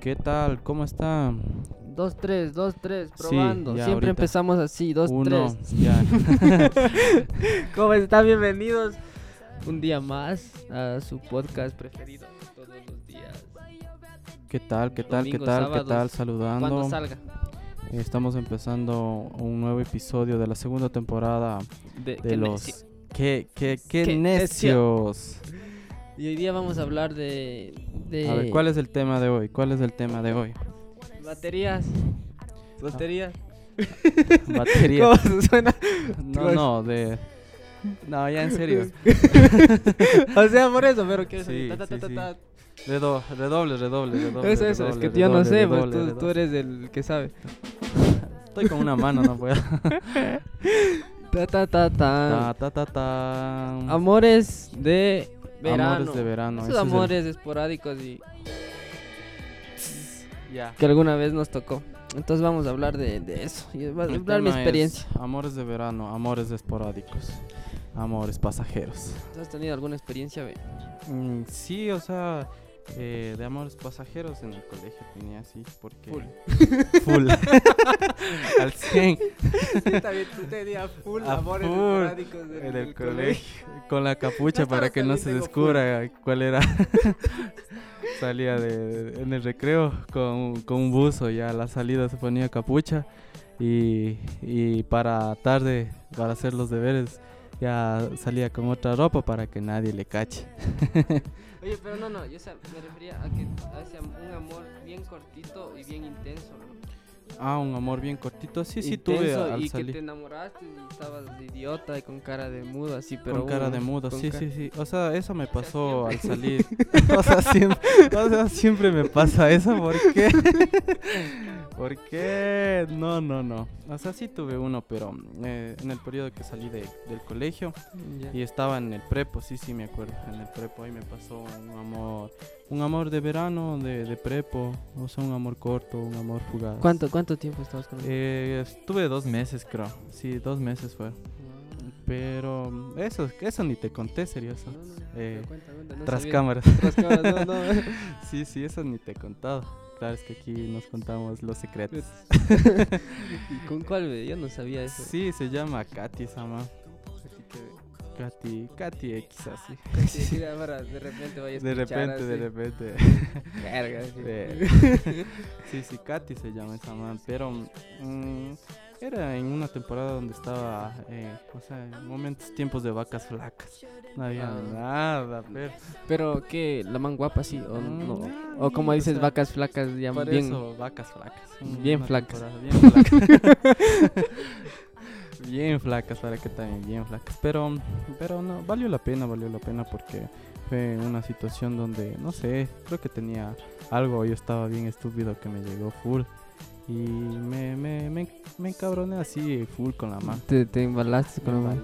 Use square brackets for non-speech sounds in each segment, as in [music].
¿Qué tal? ¿Cómo está? 2, 3, 2, 3, Sí, probando. ya, Siempre ahorita. empezamos así, 2, Uno, [laughs] 3. ya. [laughs] ¿Cómo están? Bienvenidos un día más a su podcast preferido todos los días. ¿Qué tal? ¿Qué tal? ¿Qué Domingos, tal? ¿Qué sábados, tal? Cuando Saludando. salga. Estamos empezando un nuevo episodio de la segunda temporada de qué los necio. ¿Qué, qué, qué, Qué necios? Y hoy día vamos a hablar de, de A ver, ¿cuál es el tema de hoy? ¿Cuál es el tema de hoy? baterías. Baterías. Ah, Batería. [laughs] [laughs] ¿Cómo suena? No, no, de No, ya en serio. [laughs] o sea, por eso, pero que Sí, ta, ta, ta, sí, ta, sí. ta. Redo- Redoble, redoble, redoble. Eso, eso, es redoble, que yo no redoble, sé, pues redoble, tú, redoble. tú eres el que sabe. Estoy con una mano, no [laughs] puedo. Ta, ta, ta, ta. Ta, ta, ta, ta. Amores de verano. Mm. Amores de verano. Esos ese es el- amores esporádicos y Ya. que alguna vez nos tocó. Entonces vamos a hablar de, de eso. Y va- El hablar mi tema es experiencia. amores de verano, amores esporádicos, amores pasajeros. ¿Tú ¿Has tenido alguna experiencia? ve? Mm, sí, o sea, eh, de amores pasajeros en el colegio tenía así, porque. Full. [laughs] Full. [laughs] Al 100. [laughs] A amores full esporádicos en En el el colegio. Con la capucha No para estaba que no saliendo, se digo, descubra cuál [laughs] era. Salía de, en el recreo con, con un buzo, ya a la salida se ponía capucha y, y para tarde, para hacer los deberes, ya salía con otra ropa para que nadie le cache. Oye, pero no, no, yo o sea, me refería a que hace un amor bien cortito y bien intenso, ¿no? Ah, un amor bien cortito, sí, sí, tuve intenso al y que salir. te enamoraste y estabas de idiota y con cara de mudo así, pero Con cara un- de mudo, con sí, ca- sí, sí. O sea, eso me sea, pasó al siempre. salir. O sea, siempre, o sea, siempre me pasa eso. ¿Por qué? [laughs] ¿Por qué? No, no, no. O sea, sí tuve uno, pero eh, en el periodo que salí de- del colegio Mm, Ya. y estaba en el prepo, sí, sí, me acuerdo. En el prepo ahí me pasó un amor, un amor de verano, de, de prepo. O sea, un amor corto, un amor fugaz. ¿Cuánto, ¿Cuánto tiempo estabas con él? Eh, estuve dos meses, creo. Sí, dos meses fue. Pero mm, eso, eso ni te conté, serio. eso. No, no, no, eh, pero cuenta, cuenta, no Tras sabía. cámaras. [laughs] Tras cámaras, no, no. Sí, sí, eso ni te he contado. Claro, es que aquí nos contamos los secretos. ¿Y ¿Con cuál, ve? Yo no sabía eso. Pues Sí, se llama Katy Sama. Katy, Katy X Ah, así. Sí, sí, ahora de repente voy a De escuchar repente, así. de [laughs] repente. Verga, sí. [laughs] Eh, sí, sí, Katy se llama esa man, pero mm, era en una temporada donde estaba, eh, o sea, en momentos, tiempos de vacas flacas. No había Ah. nada, pero... Pero que la man guapa sí o no. Mm, O como dices sea, vacas flacas ya Por bien. eso, vacas flacas. bien Una flacas. temporada Bien flacas. [laughs] bien flacas, para que también bien flacas. Pero, pero no, valió la pena, valió la pena porque fue una situación donde, no sé, creo que tenía algo, yo estaba bien estúpido que me llegó full. Y me, me, me, me encabroné así full con la mano. Te, te embalaste con la man.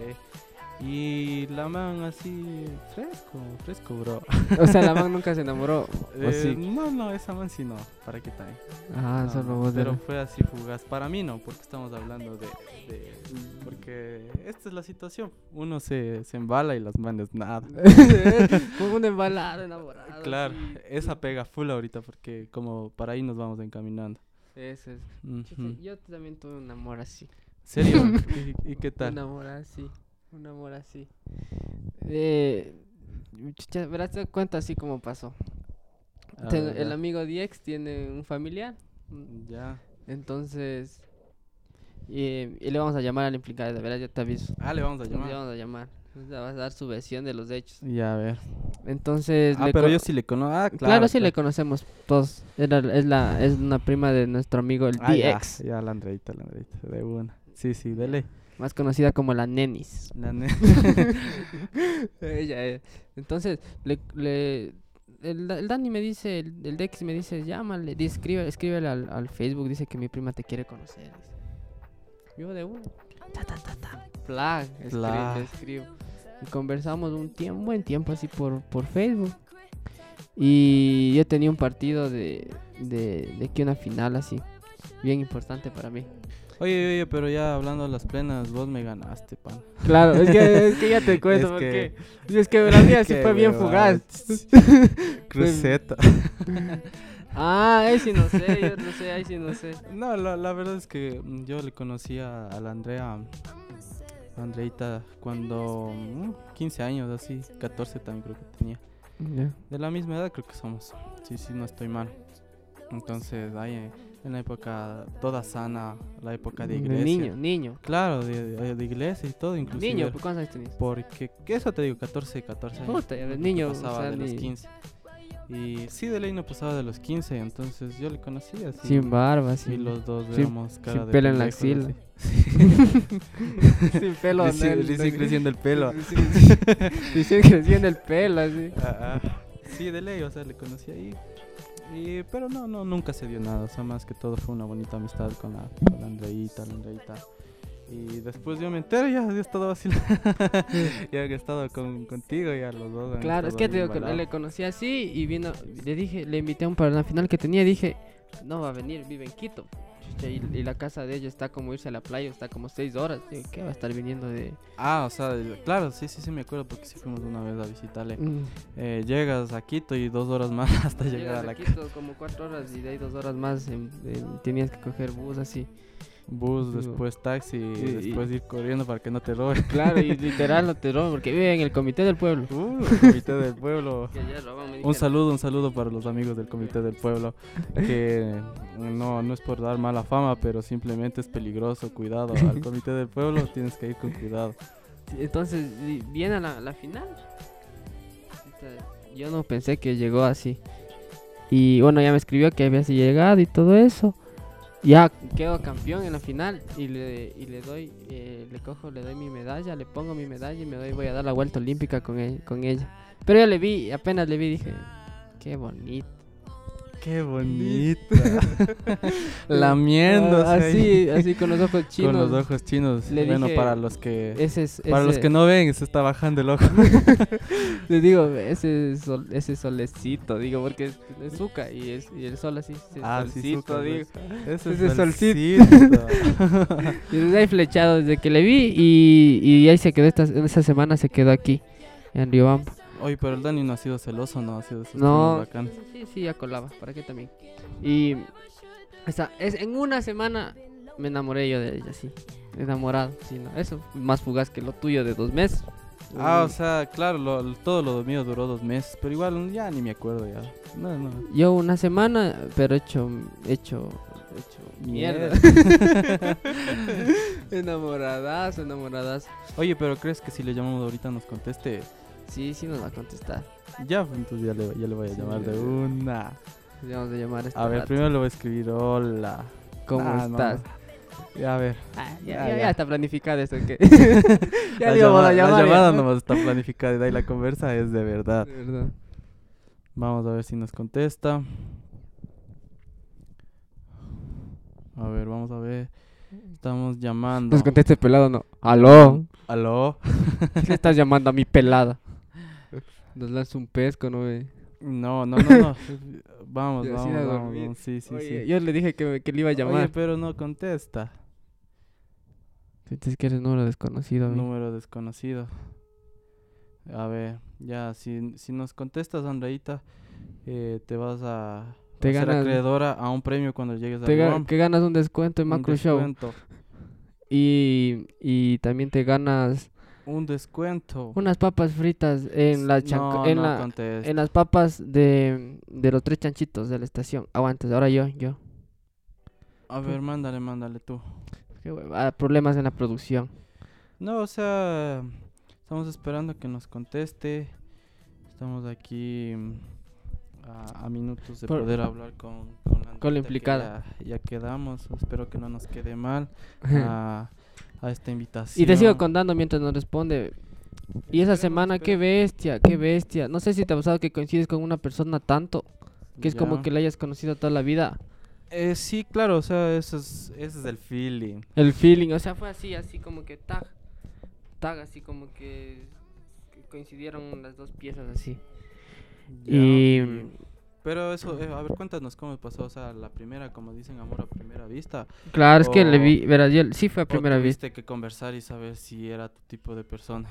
Y la man así fresco, fresco, [laughs] bro. O sea, la man nunca se enamoró. O [laughs] Eh, Pues sí. No, no, esa man sí no, para que también. Ah, No, solo no, vos de pero la- fue así fugaz. Para mí no, porque estamos hablando de... de- porque esta es la situación. Uno se, se embala y las manes nada. Eh, [laughs] Como un embalado enamorado. Claro, así. esa pega full ahorita porque como para ahí nos vamos encaminando. Eso es. Ujú. Chuta, Yo también tuve un amor así. [laughs] ¿Serio? ¿Y, y qué Un tal? amor así. Un amor así. Eh, chucha, verás, te cuento así como pasó. A Tengo- ver, el ya. amigo Diex tiene un familiar. Ya. Entonces. eh, Y, le vamos a llamar al implicado. De verdad, yo te aviso. Ah, le vamos a Le llamar. vamos a llamar. Le vas a dar su versión de los hechos. Ya, a ver. Entonces. Ah, le pero co- yo sí le conozco. Ah, claro. Claro, sí le conocemos todos. Era- es, la, es una prima de nuestro amigo el Ah, ya, DX. ya, la Andreita, la Andreita, de una. Sí, sí, dele. Más conocida como la Nenis. [laughs] La ne- Ella es. Entonces, le, le- el, Da- el Dani me dice, el, el Dex me dice, llámale, di- escribe, escríbele al, al Facebook, dice que mi prima te quiere conocer. dice. Yo de uno. Ta, ta, ta, ta. Flag, escri- Flag. le escribo. Y conversamos un, tiempo, buen tiempo así por, por Facebook. Y yo tenía un partido de, de, de que una final así, bien importante para mí. Oye, oye, pero ya hablando a las plenas, vos me ganaste, pan. Claro, es que, es que ya te [laughs] cuento, Es que- porque es que la mía sí [laughs] Qué fue bien [laughs] huevada. fugaz. Cruceta. Ah, ahí sí no sé, yo no sé, ahí sí no sé. No, la, la verdad es que mm, yo le conocí a, a la Andrea, a Andreita, cuando mm, 15 años, así, 14 también creo que tenía. De la misma edad creo que somos, sí, sí, no estoy mal. Entonces, ahí eh, en la época toda sana, la época de iglesia. Niño, niño. Claro, de, de- de iglesia y todo, inclusive. Niño, ¿por cuántos años tenías? Porque, ¿qué eso te digo? 14, 14 años. Puta, ya ves, Nunca niño, o pasaba sea, de los ni- 15. Y sí, de ley no pasaba de los 15, entonces yo le conocía así. Sin barba, y sin, los dos sin- éramos cara sin de pelo en la pendejos, axila. [laughs] así. [laughs] sin pelo. Le sigue- le sigue creciendo el [laughs] pelo. Dicen creciendo el pelo, así. Ah, ah. Sí, de ley, o sea, le conocí ahí. Y, pero no, no, nunca se dio nada. O sea, más que todo fue una bonita amistad con la, con la Andreita, la Andreita. Y después yo me entero, ya había estado así. [laughs] ya había estado con, contigo, ya los dos. han Claro, es estado que te ahí digo que embalados. le conocí así y vino, le dije, le invité a un para la final que tenía, dije, no va a venir, vive en Quito. Chucha, Y, y la casa de ella está como irse a la playa, está como seis horas. Digo, ¿qué va a estar viniendo de...? Ah, o sea, el- claro, sí, sí, sí, me acuerdo porque sí fuimos una vez a visitarle. Mm. Eh, llegas a Quito y dos horas más [laughs] hasta llegar Llegas a a la ca- Quito como cuatro horas y de ahí dos horas más em, em, tenías que coger bus así. bus, Digo, después taxi, y y- después ir corriendo para que no te roben. [laughs] Claro, y literal no te roban porque vive en el comité del pueblo. Uh, comité del pueblo. Que ya roban, me Un dijeron. saludo, un saludo para los amigos del Comité del Pueblo, que no, no es por dar mala fama, pero simplemente es peligroso, cuidado. [laughs] Al Comité del Pueblo tienes que ir con cuidado. Entonces, y viene a la, la final. Puta, Yo no pensé que llegó así. Y bueno, ya me escribió que había así llegado y todo eso. Ya quedo campeón en la final y le, y le doy, eh, le cojo, le doy mi medalla, le pongo mi medalla y me doy, voy a dar la vuelta olímpica con, e- con ella. Pero yo le vi, apenas le vi, dije, qué bonito. ¡Qué bonita! [laughs] Lamiéndose. Ah, ahí así, así con los ojos chinos. [laughs] Con los ojos chinos. Le bueno, dije- para los que... Ese es, Para los ese- que no ven, se está bajando el ojo. Le digo, ese, sol- ese solecito, digo, porque es, es Zucca y, es, y el sol así, ese Ah, solcito, Zucca, digo. pues. [laughs] Ese es Ese solcito. [laughs] solcito. Y desde ahí flechado, desde que le vi y, y ahí se quedó, esta, esa semana se quedó aquí, en Riobamba. Oye, pero el Dani no ha sido celoso, ¿no? Ha sido de esos No. primos bacanes. Sí, sí, ya colaba, ¿para qué también? Y o sea, es, en una semana me enamoré yo de ella, sí, enamorado, sí, no, eso más fugaz que lo tuyo de dos meses. Ah, o sea, claro, lo- lo- todo lo mío duró dos meses, pero igual ya ni me acuerdo ya. No, no. Yo una semana, pero hecho, hecho, hecho mierda. [laughs] enamoradazo, enamoradazo. Oye, pero ¿crees que si le llamamos ahorita nos conteste? Sí, sí nos va a contestar. Ya, pues, entonces ya le, ya le voy a Sí, llamar ya, de ya. una. Le vamos a llamar a este A ver, rato. primero le voy a escribir hola. ¿Cómo Ah, no, estás? no. Ya, a ver. Ah, ya, Ah, ya, ya. ya está [laughs] planificado esto. ¿qué? la, le vamos llamada, la a llamar, [laughs] ¿eh? ya. llamada nomás está planificada y de ahí la conversa es de [laughs] verdad. De verdad. Vamos a ver si nos contesta. A ver, vamos a ver. Estamos llamando. Nos conteste pelado, no. [laughs] Aló. ¿Aló? ¿Qué estás llamando a [laughs] mi pelada? Nos lanza un pesco, ¿no? ve? No, no, no, [laughs] no. Vamos, Ya, sí, vamos, a vamos, dormir. vamos. Sí, sí, Oye, sí. yo le dije que, que le iba a Oye, llamar. pero no contesta. Sientes que eres número desconocido. ve. Número desconocido. A ver, ya, si, si nos contestas, Andreita, eh, te vas a, Te a ser ganas- acreedora a un premio cuando llegues Te ga- a que ganas un descuento en un Macro Show. descuento. Y, y también te ganas Un descuento. unas papas fritas en la, chanc- No, en no la contesta. En las papas de, de los tres chanchitos de la estación. Aguantes, ahora yo, yo. A ver, mándale, mándale tú. Qué hueva, problemas en la producción. No, o sea, estamos esperando que nos conteste. Estamos aquí mm, a, a minutos de Por- poder hablar con, con la, Con la Andreita, que implicada. Ya, ya quedamos, espero que no nos quede [laughs] mal a, a esta invitación. y te sigo contando mientras no responde. Y esa Esperemos, semana, qué esperemos. bestia, qué bestia. No sé si te ha pasado que coincides con una persona tanto, que es como Ya. que la hayas conocido toda la vida. Eh, sí, claro, o sea, eso es, ese es el feeling. El feeling, o sea, fue así, así como que tag. Tag, así como que que coincidieron las dos piezas así. Ya, Y- ok. Pero eso, eh, a ver, cuéntanos cómo pasó, o sea, la primera, como dicen, amor a primera vista. Claro, es que le O- vi, verás, yo- sí fue a ¿O primera vista. tuviste que conversar y saber si era tu tipo de [laughs] persona.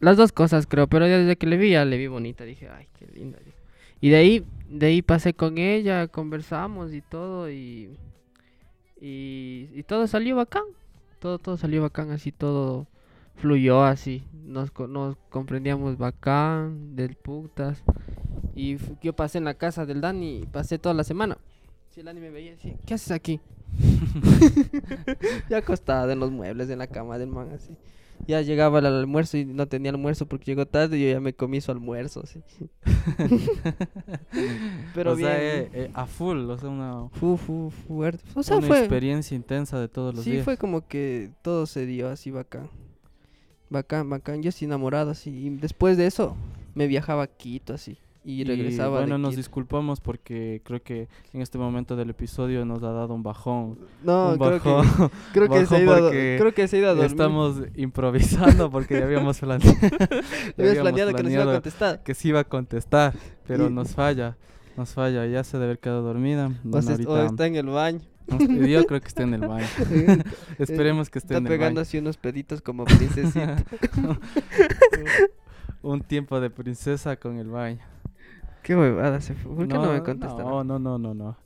Las dos cosas creo, pero ya desde que le vi, ya le vi bonita, dije, ay, qué linda. dije. Y de ahí, de ahí pasé con ella, conversamos y todo, y, y, y todo salió bacán. Todo, todo salió bacán, así todo fluyó así. Nos, co- nos comprendíamos bacán, del putas. Y fu- yo pasé en la casa del Dani, y pasé toda la semana. Si el Dani me veía, decía, ¿qué haces aquí? [laughs] ya acostado en los muebles, en la cama del man, así. Ya llegaba el almuerzo y no tenía almuerzo porque llegó tarde y yo ya me comí su almuerzo, así. Pero o bien. sea, eh, eh, a full, o sea, una, Fu- fu- fuerte. O sea, una fue. experiencia intensa de todos los sí, días. fue como que todo se dio así bacán. Bacán, bacán. Yo así enamorado así. Y después de eso, me viajaba a Quito así. Y regresaba. de bueno, nos Quito. disculpamos porque creo que en este momento del episodio nos ha dado un bajón. No, un creo que, bajón. creo, que se bajó ha ido a do- porque creo que se [laughs] ha ido a dormir. Estamos improvisando porque ya [laughs] habíamos planeado, [laughs] Habías planeado que nos iba a contestar. que sí iba a contestar, pero Y- nos falla. Nos falla, ya se debe haber quedado dormida. O, se- o ahorita- está en el baño. [laughs] Yo creo que [laughs] está en el baño. Esperemos que esté Está en el pegando baño. así unos peditos [laughs] como princesita. Un tiempo de princesa con el baño. Qué huevada se fue. ¿Por qué no, me contesta? No, no, no, no, no.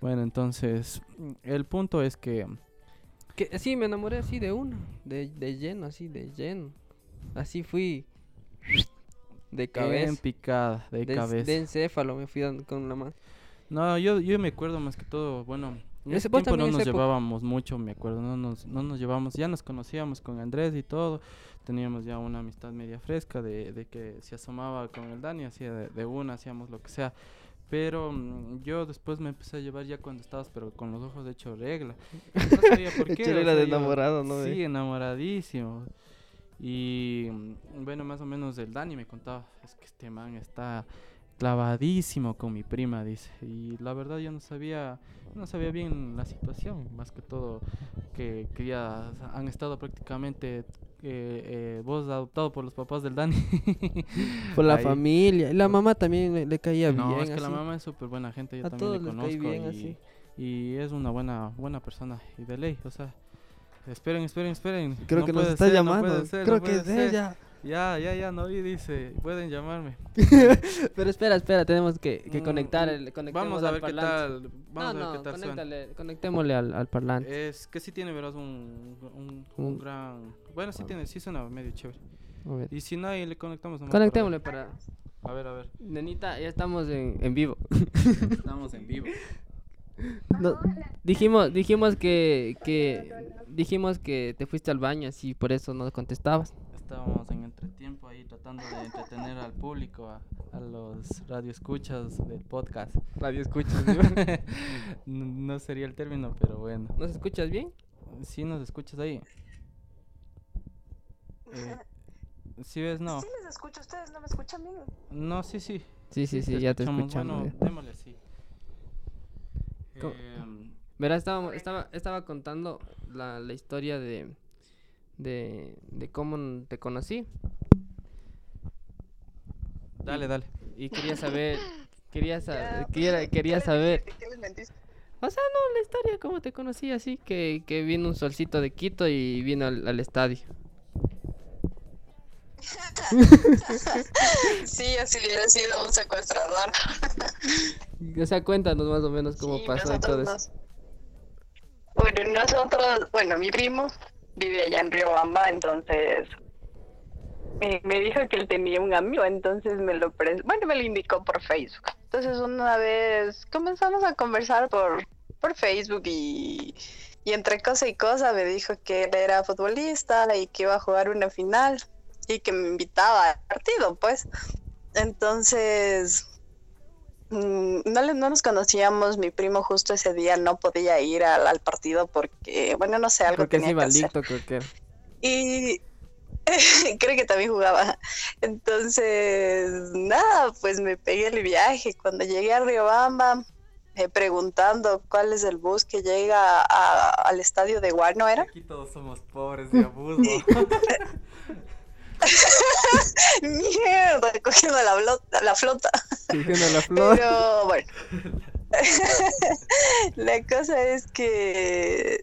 Bueno, entonces, mm, el punto es que Que, sí, me enamoré así de uno. De, de lleno, así, de lleno. Así fui. [sniffs] De cabeza. en picada, de de, cabeza. de encéfalo me fui dando con la mano. No, yo, yo me acuerdo más que todo, bueno, en Ese- ese vos tiempo no también nos esa época. llevábamos mucho, me acuerdo, no nos, no nos llevábamos, ya nos conocíamos con Andrés y todo, teníamos ya una amistad media fresca de, de que se asomaba con el Dani, hacía de, de una, hacíamos lo que sea. Pero mm, yo después me empecé a llevar ya cuando estabas, pero con los ojos de hecho [laughs] regla. No sabía por qué. Hecho o regla de sea, yo- enamorado, ¿no? Sí, enamoradísimo. Y mm, bueno, más o menos el Dani me contaba, es que este man está clavadísimo con mi prima, dice. Y la verdad yo no sabía, no sabía bien la situación, más que todo que, que ya han estado prácticamente eh, eh, vos adoptado por los papás del Dani. Por la Ahí. familia. La mamá también le, le caía [laughs] No, bien. es que la así. mamá es súper buena gente, yo A también le todos les cae conozco bien y, así. y es una buena buena persona y de ley, o sea, esperen, esperen, esperen. Creo no que nos puede está ser, no llamando. puede ser, no Creo puede que es ser. ella. Ya, ya, ya, no vi, dice, pueden llamarme. Pero espera, espera, tenemos que, que Mm, conectar mm, el conectemos Vamos a al ver qué parlante. tal, vamos no, a ver no, qué tal suena. Eh, conéctale- conectémosle al, al parlante. Es que sí tiene, verás, un, un, un Un- gran... Bueno, sí tiene, sí suena medio chévere. A ver. Y si no, ahí le conectamos nomás para ver. Conectémosle para... A ver, a ver. Nenita, ya estamos en, en vivo. Estamos en vivo. No, dijimos dijimos que, que dijimos que te fuiste al baño así por eso no contestabas. Estábamos en entretiempo ahí tratando de entretener al público, a, a los radioescuchas del podcast. [laughs] Radio escucha. [laughs] no, no sería el término, pero bueno. ¿Nos escuchas bien? Si nos escuchas ahí. si ves, no. Sí les escucho, ustedes no me escuchan bien. No, sí, sí. Sí, sí, sí, ya te escuchamos. escuchamos. Bueno, ya. démosle así. Co- Em, Verás, estábamos- estaba, estaba contando la, la historia de, de, de cómo te conocí dale, dale. y quería saber, quería, sa- Ya, pues, quería, ¿qué quería les saber, mentiste? ¿Qué [laughs] les mentiste? o sea, no, la historia, cómo te conocí así, que, que vino un solcito de Quito y vino al, al estadio. Sí, así hubiera sido un secuestrador. O sea, cuéntanos más o menos cómo Sí, pasó y todo nosotros eso. nos- Bueno, nosotros, bueno, mi primo vive allá en Riobamba, entonces eh, me dijo que él tenía un amigo, entonces me lo pres- bueno, me lo indicó por Facebook. Entonces una vez comenzamos a conversar por por Facebook y, y entre cosa y cosa me dijo que él era futbolista y que iba a jugar una final y que me invitaba al partido, pues. Entonces Mm, No, le- no nos conocíamos, mi primo justo ese día no podía ir al, al partido porque, bueno, no sé, algo Porque es tenía que hacer. Ibalito, creo que [laughs] era. Y [laughs] creo que también jugaba. Entonces, nada, pues me pegué el viaje. Cuando llegué a Riobamba, eh, preguntando cuál es el bus que llega a- al estadio de Guano, ¿era? [laughs] Aquí todos somos pobres de abuso. Mierda, cogiendo la, blo- la flota. Cogiendo la flor. Pero bueno. [laughs] la cosa es que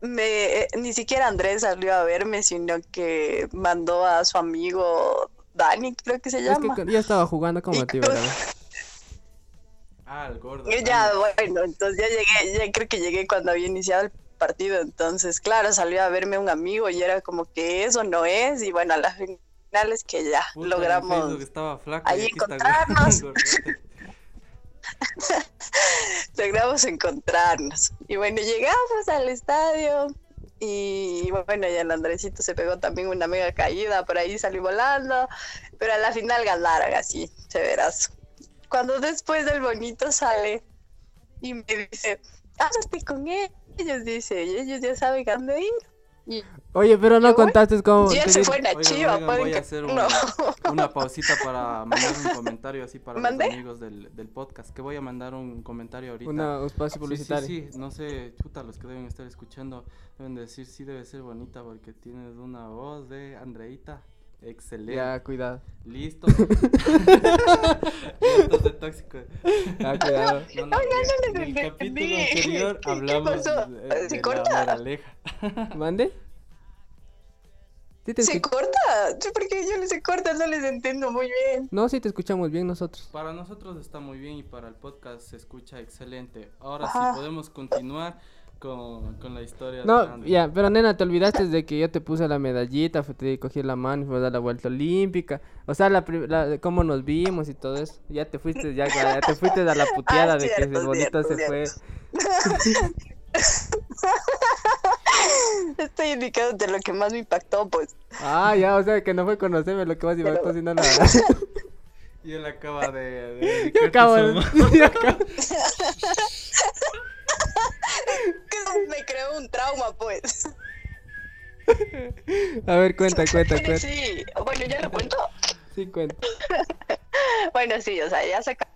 me, ni siquiera Andrés salió a verme, sino que mandó a su amigo Dani, creo que se Es llama. que con- yo estaba jugando como Y tío, con- ¿verdad? [laughs] [laughs] Ah, el gordo. Y ya, bueno, entonces ya llegué, ya creo que llegué cuando había iniciado el partido, entonces claro, salió a verme un amigo y era como que eso no es, y bueno, a las finales que ya Puta, en logramos, Facebook estaba flaco. ahí y aquí está encontrarnos. [laughs] gordote. logramos encontrarnos. Y bueno, llegamos al estadio y bueno, ya el Andresito se pegó también una mega caída, por ahí salió volando, pero a la final ganaron así, severazo. Cuando después del bonito sale y me dice, háblate con ellos, dice, y ellos ya saben a dónde ir. Y Oye, pero no Yo, bueno, contaste cómo. y él te se di- fue en la Oigan, chiva, oigan, voy pueden a que hacer un- no. Una pausita para mandar un comentario así para ¿Mandé? los amigos del, del podcast. Que voy a mandar un comentario ahorita. Una, un espacio Sí, sí, publicitario. sí, no sé, chuta, los que deben estar escuchando deben decir, sí, debe ser bonita porque tienes una voz de Andreita. Excelente. Ya, cuidado. Listo. Listos de tóxico. Ya, cuidado. [laughs] No, no, no, en el no, no, capítulo no. anterior ¿Qué hablamos pasó? de, ¿Se de la corta? moraleja. ¿Mande? Sí te ¿Se escu- corta? Yo porque yo les se corta, no les entiendo muy bien. No, sí te escuchamos bien nosotros. Para nosotros está muy bien y para el podcast se escucha excelente. Ahora Ajá. sí podemos continuar con, con la historia de No, Andrew. ya, pero nena, te olvidaste de que yo te puse la medallita, fue- te cogí la mano y fue a dar la vuelta olímpica. O sea, la, pri- la- cómo nos vimos y todo eso. Ya te fuiste, ya, ya te fuiste a [laughs] la puteada de que Ah, cierto, el bonito se cierto, cierto. fue. Estoy indicando de lo que más me impactó, pues. Ah, ya, o sea, que no fue conocerme lo que más iba Pero- [laughs] sino la. Y él acaba de... de [laughs] Yo acabo de. yo acabo- Que [laughs] me creó un trauma, pues. A ver, [laughs] cuenta, cuenta, Pero cuenta. sí, bueno, ya lo cuento. Sí, cuenta. Bueno, sí, o sea, ya se acabó.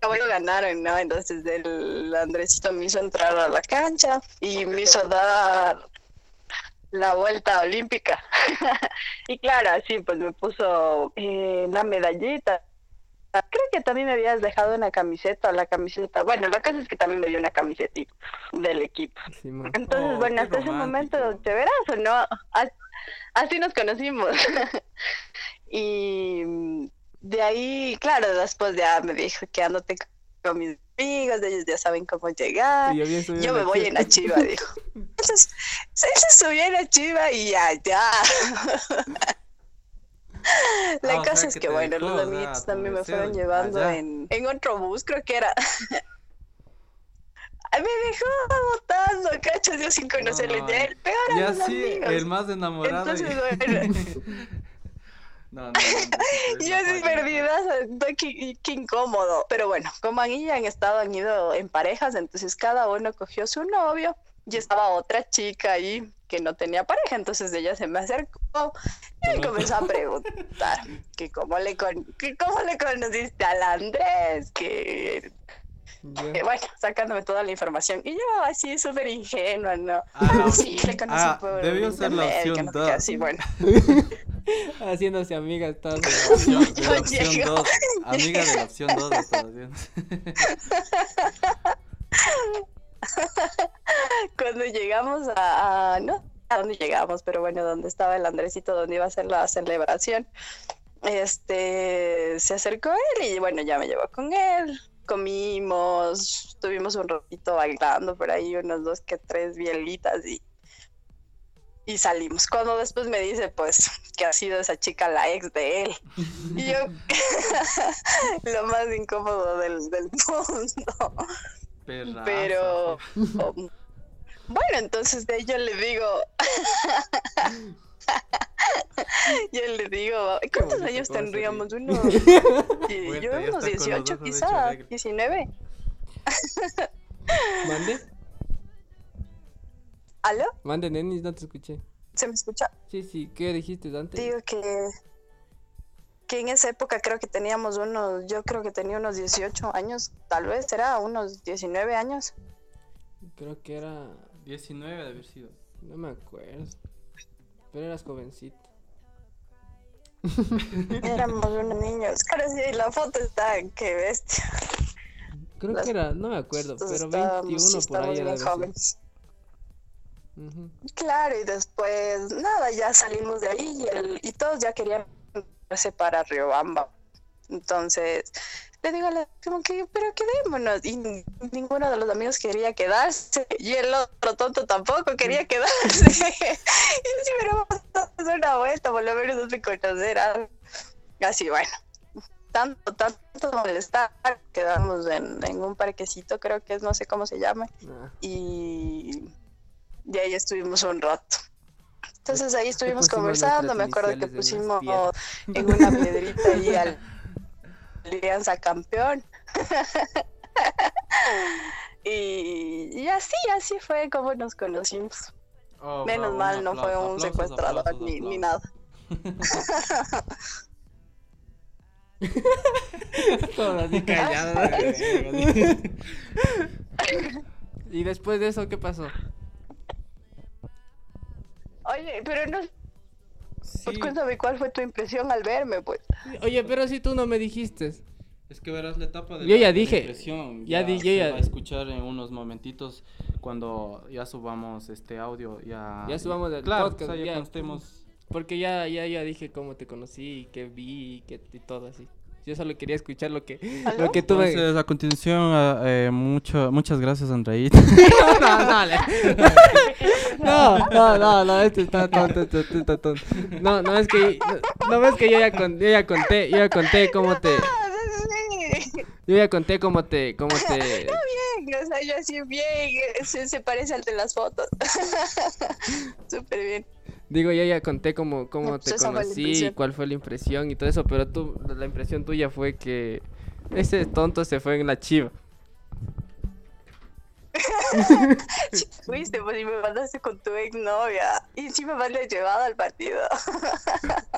Bueno, ganaron, ¿no? Entonces el Andresito me hizo entrar a la cancha y me hizo dar la vuelta olímpica. [laughs] y claro, así pues me puso eh, la medallita. Creo que también me habías dejado una camiseta, la camiseta. Bueno, la cosa es que también me dio una camisetita del equipo. Sí, man. Entonces, Oh, qué bueno, hasta ese momento, romántico. chéverazo, ¿no? A- Así nos conocimos. [laughs] y mm, de ahí, claro, después ya me dijo que quedándote con mis amigos, ellos ya saben cómo llegar. Y yo bien subido Ah, Yo en me la voy chiva. en la chiva, dijo. Entonces, se se subió en la chiva y ya, [laughs] ya. La Ah, o cosa sea es que que, te bueno, dejó, o los sea, ah, amiguitos tu también me deseo fueron de- llevando allá. en, en otro bus, creo que era. [laughs] Ay, me dejó botando, cachas, yo sin conocerle. no. ya el peor a Y los así, amigos. el más enamorado. y- Entonces, bueno. no, no, no, no, Yo sí perdida, qué, qué incómodo. Pero bueno, como han ido, han estado, han ido en parejas, entonces cada uno cogió su novio y estaba otra chica ahí que no tenía pareja, entonces ella se me acercó y me comenzó a [laughs] preguntar que cómo le, con- que cómo le conociste al Andrés, que, Ya. [laughs] que bueno, sacándome toda la información. Y yo así súper ingenua, ¿no? Ah, la- sí, le conocí ah, por debió ser la opción internet, que no sé qué, dos. así, bueno. Ah, Haciéndose amigas todas. Opción- de la Yo opción llego. dos, Amiga de la opción 2 de esta nación. [laughs] cuando llegamos a, a- no a dónde llegamos pero bueno donde estaba el Andresito donde iba a ser la celebración este se acercó él y bueno ya me llevó con él comimos estuvimos un ratito bailando por ahí unos dos que tres bielitas y y salimos cuando después me dice pues que ha sido esa chica la ex de él y yo [laughs] lo más incómodo del, [laughs] del mundo Perrazo, Pero- sí. Oh, Bueno, entonces de ahí yo le digo. [laughs] yo le digo, ¿cuántos bonito, años cómo se ríe. tendríamos? Unos. [laughs] y Vuelta, yo ya está con unos los ojos 18, hecho quizá, regla. 19. ¿Mande? ¿Aló? Mande, nenis, no te escuché. ¿Se me escucha? Sí, sí, ¿qué dijiste antes? Digo que. Que en esa época creo que teníamos unos. Yo creo que tenía unos 18 años, tal vez, era unos [laughs] 19 años. Creo que era. 19 de haber sido. No me acuerdo. Pero eras jovencita. Éramos unos niños. Ahora sí, la foto está, qué bestia. Creo Las- que era, no me acuerdo, Entonces, pero estábamos- 21 por estábamos ahí era. bien de jóvenes. Ujú. Claro, y después, nada, ya salimos de ahí y, el- y todos ya querían moverse para Riobamba. Entonces, le digo a la como que, pero quedémonos. Y ni- ninguno de los amigos quería quedarse. Y el otro tonto tampoco quería quedarse. [laughs] y si pero vamos a hacer una vuelta, por lo menos hazme conocer. algo". Así, bueno. Tanto, tanto molestar. Quedamos en, en un parquecito, creo que es, no sé cómo se llama. Ah, Y de ahí estuvimos un rato. Entonces ahí estuvimos pusimos conversando, nuestras me acuerdo que iniciales en unas pusimos en una piedrita [laughs] ahí al Alianza Campeón. [laughs] y, y así, así fue como nos conocimos. Oh, Menos mal, no fue un secuestrador ni, ni nada. todas así [laughs] calladas. [laughs] y después de eso, ¿qué pasó? Oye, pero no, pues cuéntame cuál fue tu impresión al verme, pues. Oye, pero si tú no me dijiste. Es que verás la etapa de Yo la- ya de la dije, impresión, ya Ya, di- yo se ya- va a escuchar en unos momentitos cuando ya subamos este audio. Ya, Ya subamos el claro, podcast, o sea, ya, ya. cuando estemos- Porque ya, ya, ya dije cómo te conocí, y qué vi y, qué, y todo así. Yo solo quería escuchar lo que, ¿Aló? lo que tú me... Entonces, a continuación, ah, eh, mucho, muchas gracias, [laughs] Andreita. [laughs] no, no, le- no, no, no, no, este está tonto, este este está tonto. No, no, es que, no, no, es que yo ya, con- yo ya conté, yo ya conté cómo te, Ah, sí, sí, sí. yo ya conté cómo te, cómo te, bien, [laughs] o sea, yo así bien, eh, se, se parece al de las fotos. [laughs] Súper bien. digo, yo ya conté cómo, cómo No, pues te esa fue la conocí, y impresión. cuál fue la impresión y todo eso, pero tú, la impresión tuya fue que ese tonto se fue en la chiva. Fuiste, pues, y me mandaste con tu exnovia. Y encima me has llevado al partido. [laughs]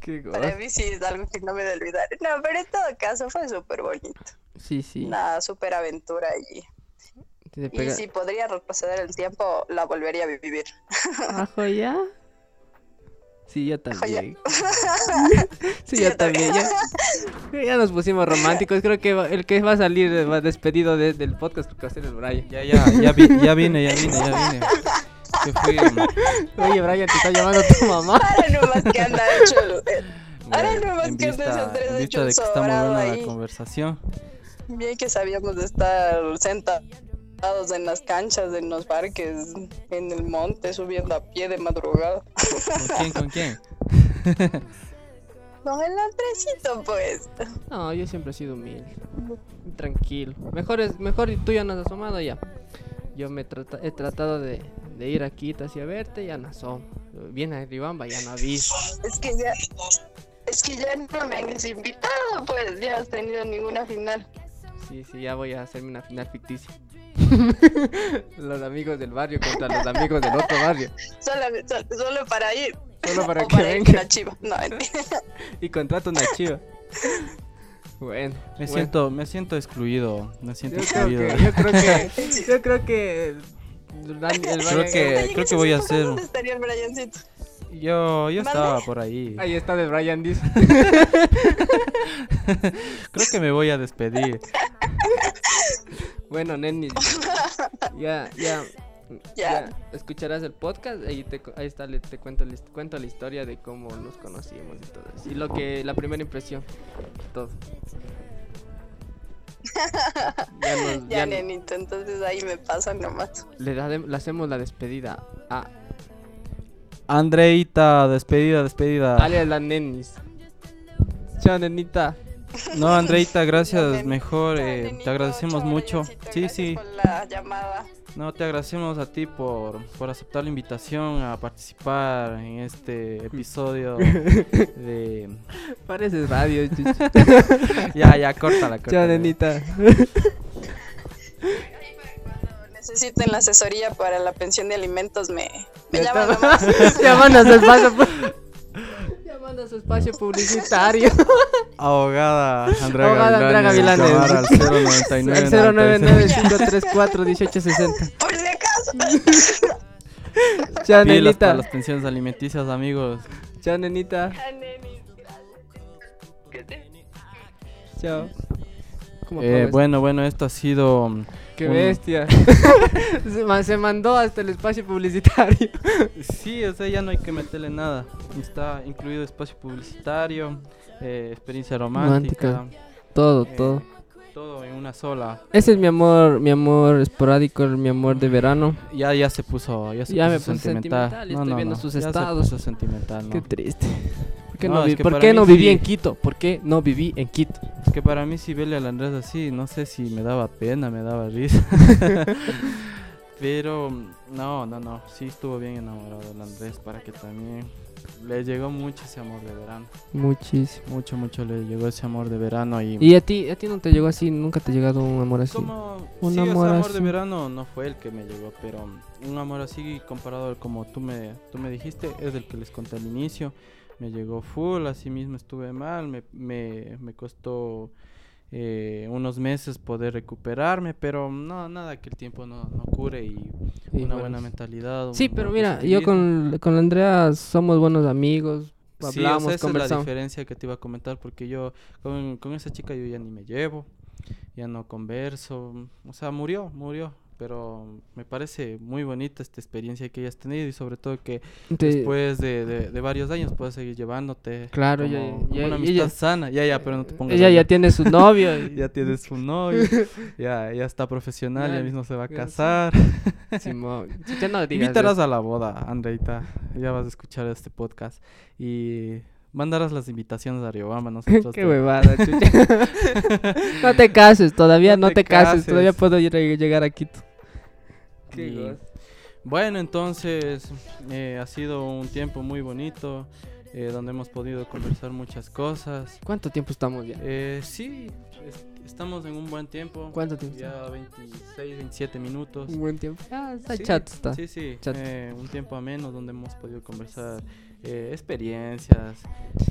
Qué go- Para mí sí es algo que no me voy a olvidar. No, pero en todo caso fue súper bonito. Sí, sí. Una súper aventura allí. te Y pega- si podría retroceder el tiempo, la volvería a vivir. [laughs] ¿Ajo ya? Sí, yo [laughs] también. sí, Sí, yo yo también. también. Ya, ya nos pusimos románticos. Creo que va- el que va a salir eh, va despedido de- del podcast creo que va a ser el Brian. ya, ya, ya, vi- ya vine, ya vine, ya vine. Que fui, Oye, Brian, te está llamando tu mamá. Ahora nomás que anda hecho. el- el- Ahora eh, nomás en que andes, vista, Andrés, en vista hecho de un que está muy sobrado buena ahí. la conversación. Bien que sabíamos de estar sentados en las canchas, en los parques, en el monte, subiendo a pie de madrugada. ¿Con [laughs] quién, con quién? Con el Andresito, pues. No, yo siempre he sido humilde. Tranquilo. Mejor, es, mejor y tú ya no has asomado ya. Yo me trata- he tratado de, de ir aquí casi a verte, ya no asomo. Viene a Ribamba, ya no aviso. Es que ya. Es que ya no me han invitado, pues ya has tenido ninguna final. Sí, sí, ya voy a hacerme una final ficticia. los amigos del barrio contra los amigos del otro barrio. Solo, solo- solo para ir. Solo para O que ir venga. con la chiva. No, [laughs] mentira. Y contrato una chiva. Bueno, Me bueno. siento, me siento excluido, me siento Yo creo, excluido. que, yo creo que. Yo creo que. el Dan- el Creo Brian- que- Oye, creo ¿qué voy a supo hacer- ¿Dónde estaría el Briancito? Yo, yo ¿Mande? estaba por ahí. Ahí está de Brian dice. Creo que me voy a despedir. Bueno, Nenny. [laughs] Ya, ya. Ya. escucharás el podcast ahí te cu- ahí está le- te cuento la his- cuento la historia de cómo nos conocimos y todo eso y lo que la primera impresión todo [laughs] ya nos- Ya, ya no- nenito, entonces ahí me pasan nomás. le, da- le hacemos la despedida a Andreita, despedida, despedida. alias la nenis chao nenita No, Andreita, Ya, gracias. nen- Mejor Chao, eh, nenito, te agradecemos chao, mucho. Briancito, Sí, gracias sí. por la llamada. No, te agradecemos a ti por, por aceptar la invitación a participar en este [laughs] episodio de... pareces radio [laughs] chucho. Ya, ya, córtala, chao córtala. [laughs] nenita Necesiten la asesoría para la pensión de alimentos, me, me Ya llaman está. [laughs] nomás. llamando a su espacio pu- [laughs] llamando a su espacio publicitario Ahogada Andrea Ahogada Andrea Gavilanes. Gavilanes. Llamar al [laughs] 099. al 099534 1860 Por si acaso. chao Pilas para nenita las pensiones alimenticias, amigos. chao nenita Ya, nenito, gracias. Que te- chao como Eh, bueno, bueno, esto ha sido. mm, Qué un- [laughs] bestia. se, ma- se mandó hasta el espacio publicitario. Sí, o sea, ya no hay que meterle nada. Está incluido espacio publicitario, eh, experiencia romántica, Romántica, Todo, eh, todo. todo en una sola. Ese es mi amor, mi amor esporádico, mi amor de verano. Ya, ya se puso, ya se Ya puso me puse sentimental, estoy viendo sus ya se estados. puso sentimental, no. Qué triste. ¿Por qué No, no, es vi- que por para qué mí no viví sí. en Quito? ¿Por qué no viví en Quito? Es que para mí si verle al Andrés así, no sé si me daba pena, me daba [laughs] risa. Pero no, no, no, sí estuvo bien enamorado del Andrés para que también le llegó mucho ese amor de verano. Muchísimo. Mucho, mucho le llegó ese amor de verano y... ¿Y a ti, a ti no te llegó así? ¿Nunca te ha llegado un amor así? Como, Un sí, ese amor amor así. de verano no fue el que me llegó, pero un amor así comparado al como tú me, tú me dijiste, es el que les conté al inicio. Me llegó full, así mismo estuve mal, me, me, me costó eh, unos meses poder recuperarme, pero no, nada que el tiempo no, no cure y Y una bueno, buena mentalidad. Sí, un pero buen mira, yo positivismo. con, con Andrea somos buenos amigos, hablamos, Sí, o sea, esa es la conversamos. diferencia que te iba a comentar porque yo con, con esa chica yo ya ni me llevo, ya no converso, o sea, murió, murió, pero me parece muy bonita esta experiencia que hayas tenido y sobre todo que Te- después de, de- de varios años puedas seguir llevándote Claro, como, ya- como ya- una ya- amistad ya- sana, ya, ya, pero no te pongas ella ya allá. tiene [laughs] su novio. [laughs] y- ya tienes su novio, ya, ya está profesional, ya Ya, mismo se va a [laughs] ya sí. casar. Simón, ya no digas Invitarás eso. a la boda, Andreita. Ya vas a escuchar este podcast. Y mandarás las invitaciones a Riobamba. [laughs] Nosotros Qué te- [laughs] huevada, chucha. no te cases todavía, No no, te te cases, cases. todavía puedo ir a- llegar a Quito. Qué Y- gozo. Bueno, entonces eh, ha sido un tiempo muy bonito eh, donde hemos podido conversar muchas cosas. ¿Cuánto tiempo estamos ya? Eh, sí, es- estamos en un buen tiempo. ¿Cuánto tiempo? Ya 26, 27 minutos. Un buen tiempo. Ah, está Sí, chat, está. Sí, sí. Chat. eh, un tiempo ameno donde hemos podido conversar eh, experiencias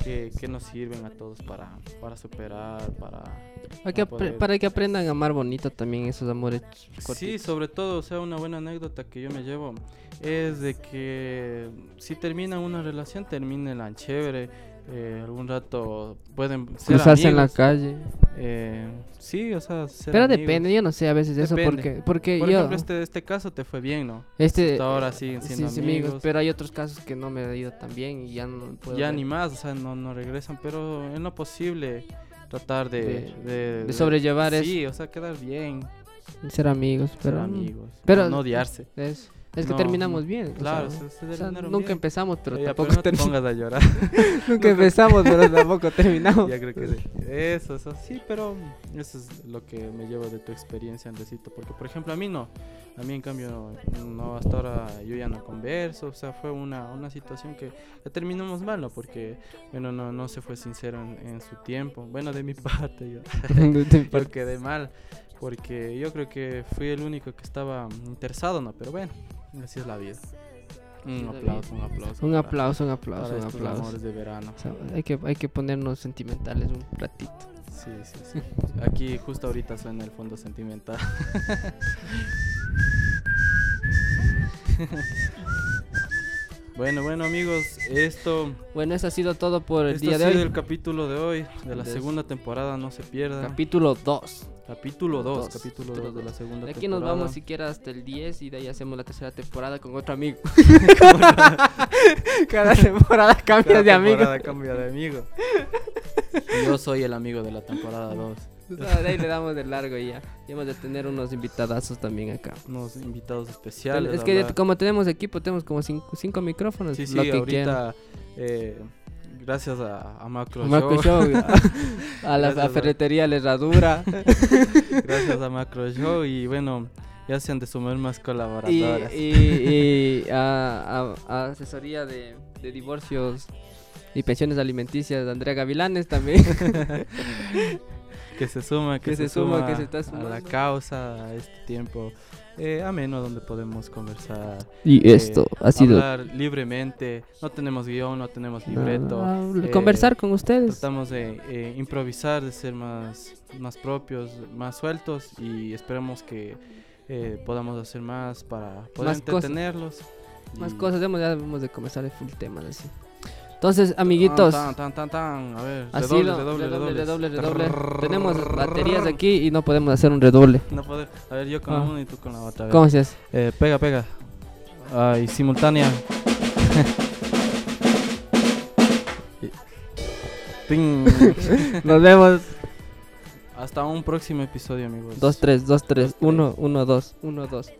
que, que nos sirven a todos para, para superar, para... Para, que no apre- poder. para que aprendan a amar bonito también esos amores Ah, pues, Sí, cortitos. sobre todo, o sea, una buena anécdota que yo me llevo es de que si termina una relación, termínenla chévere. eh, algún rato pueden ser Cruzarse en la amigos. calle. eh, sí, o sea, ser Pero amigos. depende, yo no sé a veces de eso Depende. porque, porque Por yo... ejemplo, este, este caso te fue bien, ¿no? este, Hasta ahora siguen sí, siendo sí, amigos, amigos. pero hay otros casos que no me ha ido tan bien y ya no puedo... ya ver. ni más, o sea, no, no regresan, pero es lo posible tratar de, De- de, de sobrellevar eso. Sí, o sea, quedar bien, Ser amigos, ser pero... mm, amigos, pero- no, no odiarse. Es, es que No, terminamos bien. o Claro, sea, se- se o sea, terminaron nunca bien. empezamos, pero Oiga, tampoco no te terminamos. pongas a llorar. [laughs] Nunca empezamos, pero tampoco terminamos. ya creo [laughs] que sí. Eso, eso, sí, pero eso es lo que me llevo de tu experiencia, Andresito, porque por ejemplo a mí no, a mí en cambio no, hasta ahora yo ya no converso, o sea, fue una, una situación que la terminamos mal, ¿no? Porque, bueno, no, no se fue sincero en, en su tiempo, bueno, de mi [laughs] parte yo. [laughs] Pero- Pero quedé mal. Porque yo creo que fui el único que estaba interesado, ¿no? Pero bueno, así es la vida. Un Así es la aplauso, un aplauso. un para- aplauso, un para aplauso, un estos aplauso. amores de verano. O sea, hay, que, hay que ponernos sentimentales un ratito. Sí, sí, sí. [laughs] Aquí justo ahorita suena el fondo sentimental. [laughs] bueno, bueno amigos, esto Bueno, eso ha sido todo por el esto día ha de sido hoy. el capítulo de hoy, de la Des- segunda temporada, no se pierdan. Capítulo 2. capítulo 2, Dos, capítulo capítulo 2 de la dos. segunda De temporada. aquí nos vamos siquiera hasta el 10 y de ahí hacemos la tercera temporada con otro amigo. [laughs] Cada temporada [laughs] cambias Cada de amigo. temporada cambia de amigo. [laughs] Yo soy el amigo de la temporada 2. O sea, de ahí le damos de largo y ya. Y hemos de tener unos invitadazos también acá. Unos invitados especiales. es que ya hablar- como tenemos equipo, tenemos como cinco, cinco micrófonos. Sí, sí, lo que quieran. ahorita. eh, gracias a, a Macro, Marco Show, [laughs] Show, a, a la Gracias, a ferretería, [laughs] la herradura. Gracias a Macro Show. Y bueno, ya se han de sumar más y, colaboradoras. y- y a, a- a asesoría de, de divorcios y pensiones alimenticias de Andrea Gavilanes también. que se suma, que, que se, se suma, suma, que se está a la sumando. causa, a este tiempo eh, ameno donde podemos conversar. [laughs] Y eh, esto ha sido Hablar libremente. No tenemos guión, no tenemos nada, libreto. habl- eh, Ah, conversar con ustedes. Tratamos de eh, improvisar, de ser más, más propios, más sueltos y esperamos que eh, podamos hacer más para poder Más cosas. entretenerlos. Más y- cosas, hemos, ya hemos de comenzar el full tema así. Entonces, Ah, amiguitos. Tan, tan, tan, tan. A ver, Así redobles, lo- redobles, redoble, redobles. redoble, Trrrr. redoble. Tenemos baterías aquí y no podemos hacer un redoble. No puedo. A ver, yo con Ah. la una y tú con la otra. a ver. ¿Cómo se hace? Eh, pega, pega. Ay, [laughs] simultánea. Y- Ting. Nos vemos. Hasta un próximo episodio, amigos. [laughs] 2, 3, 2, 3, 1, 1, 2, 1, 2.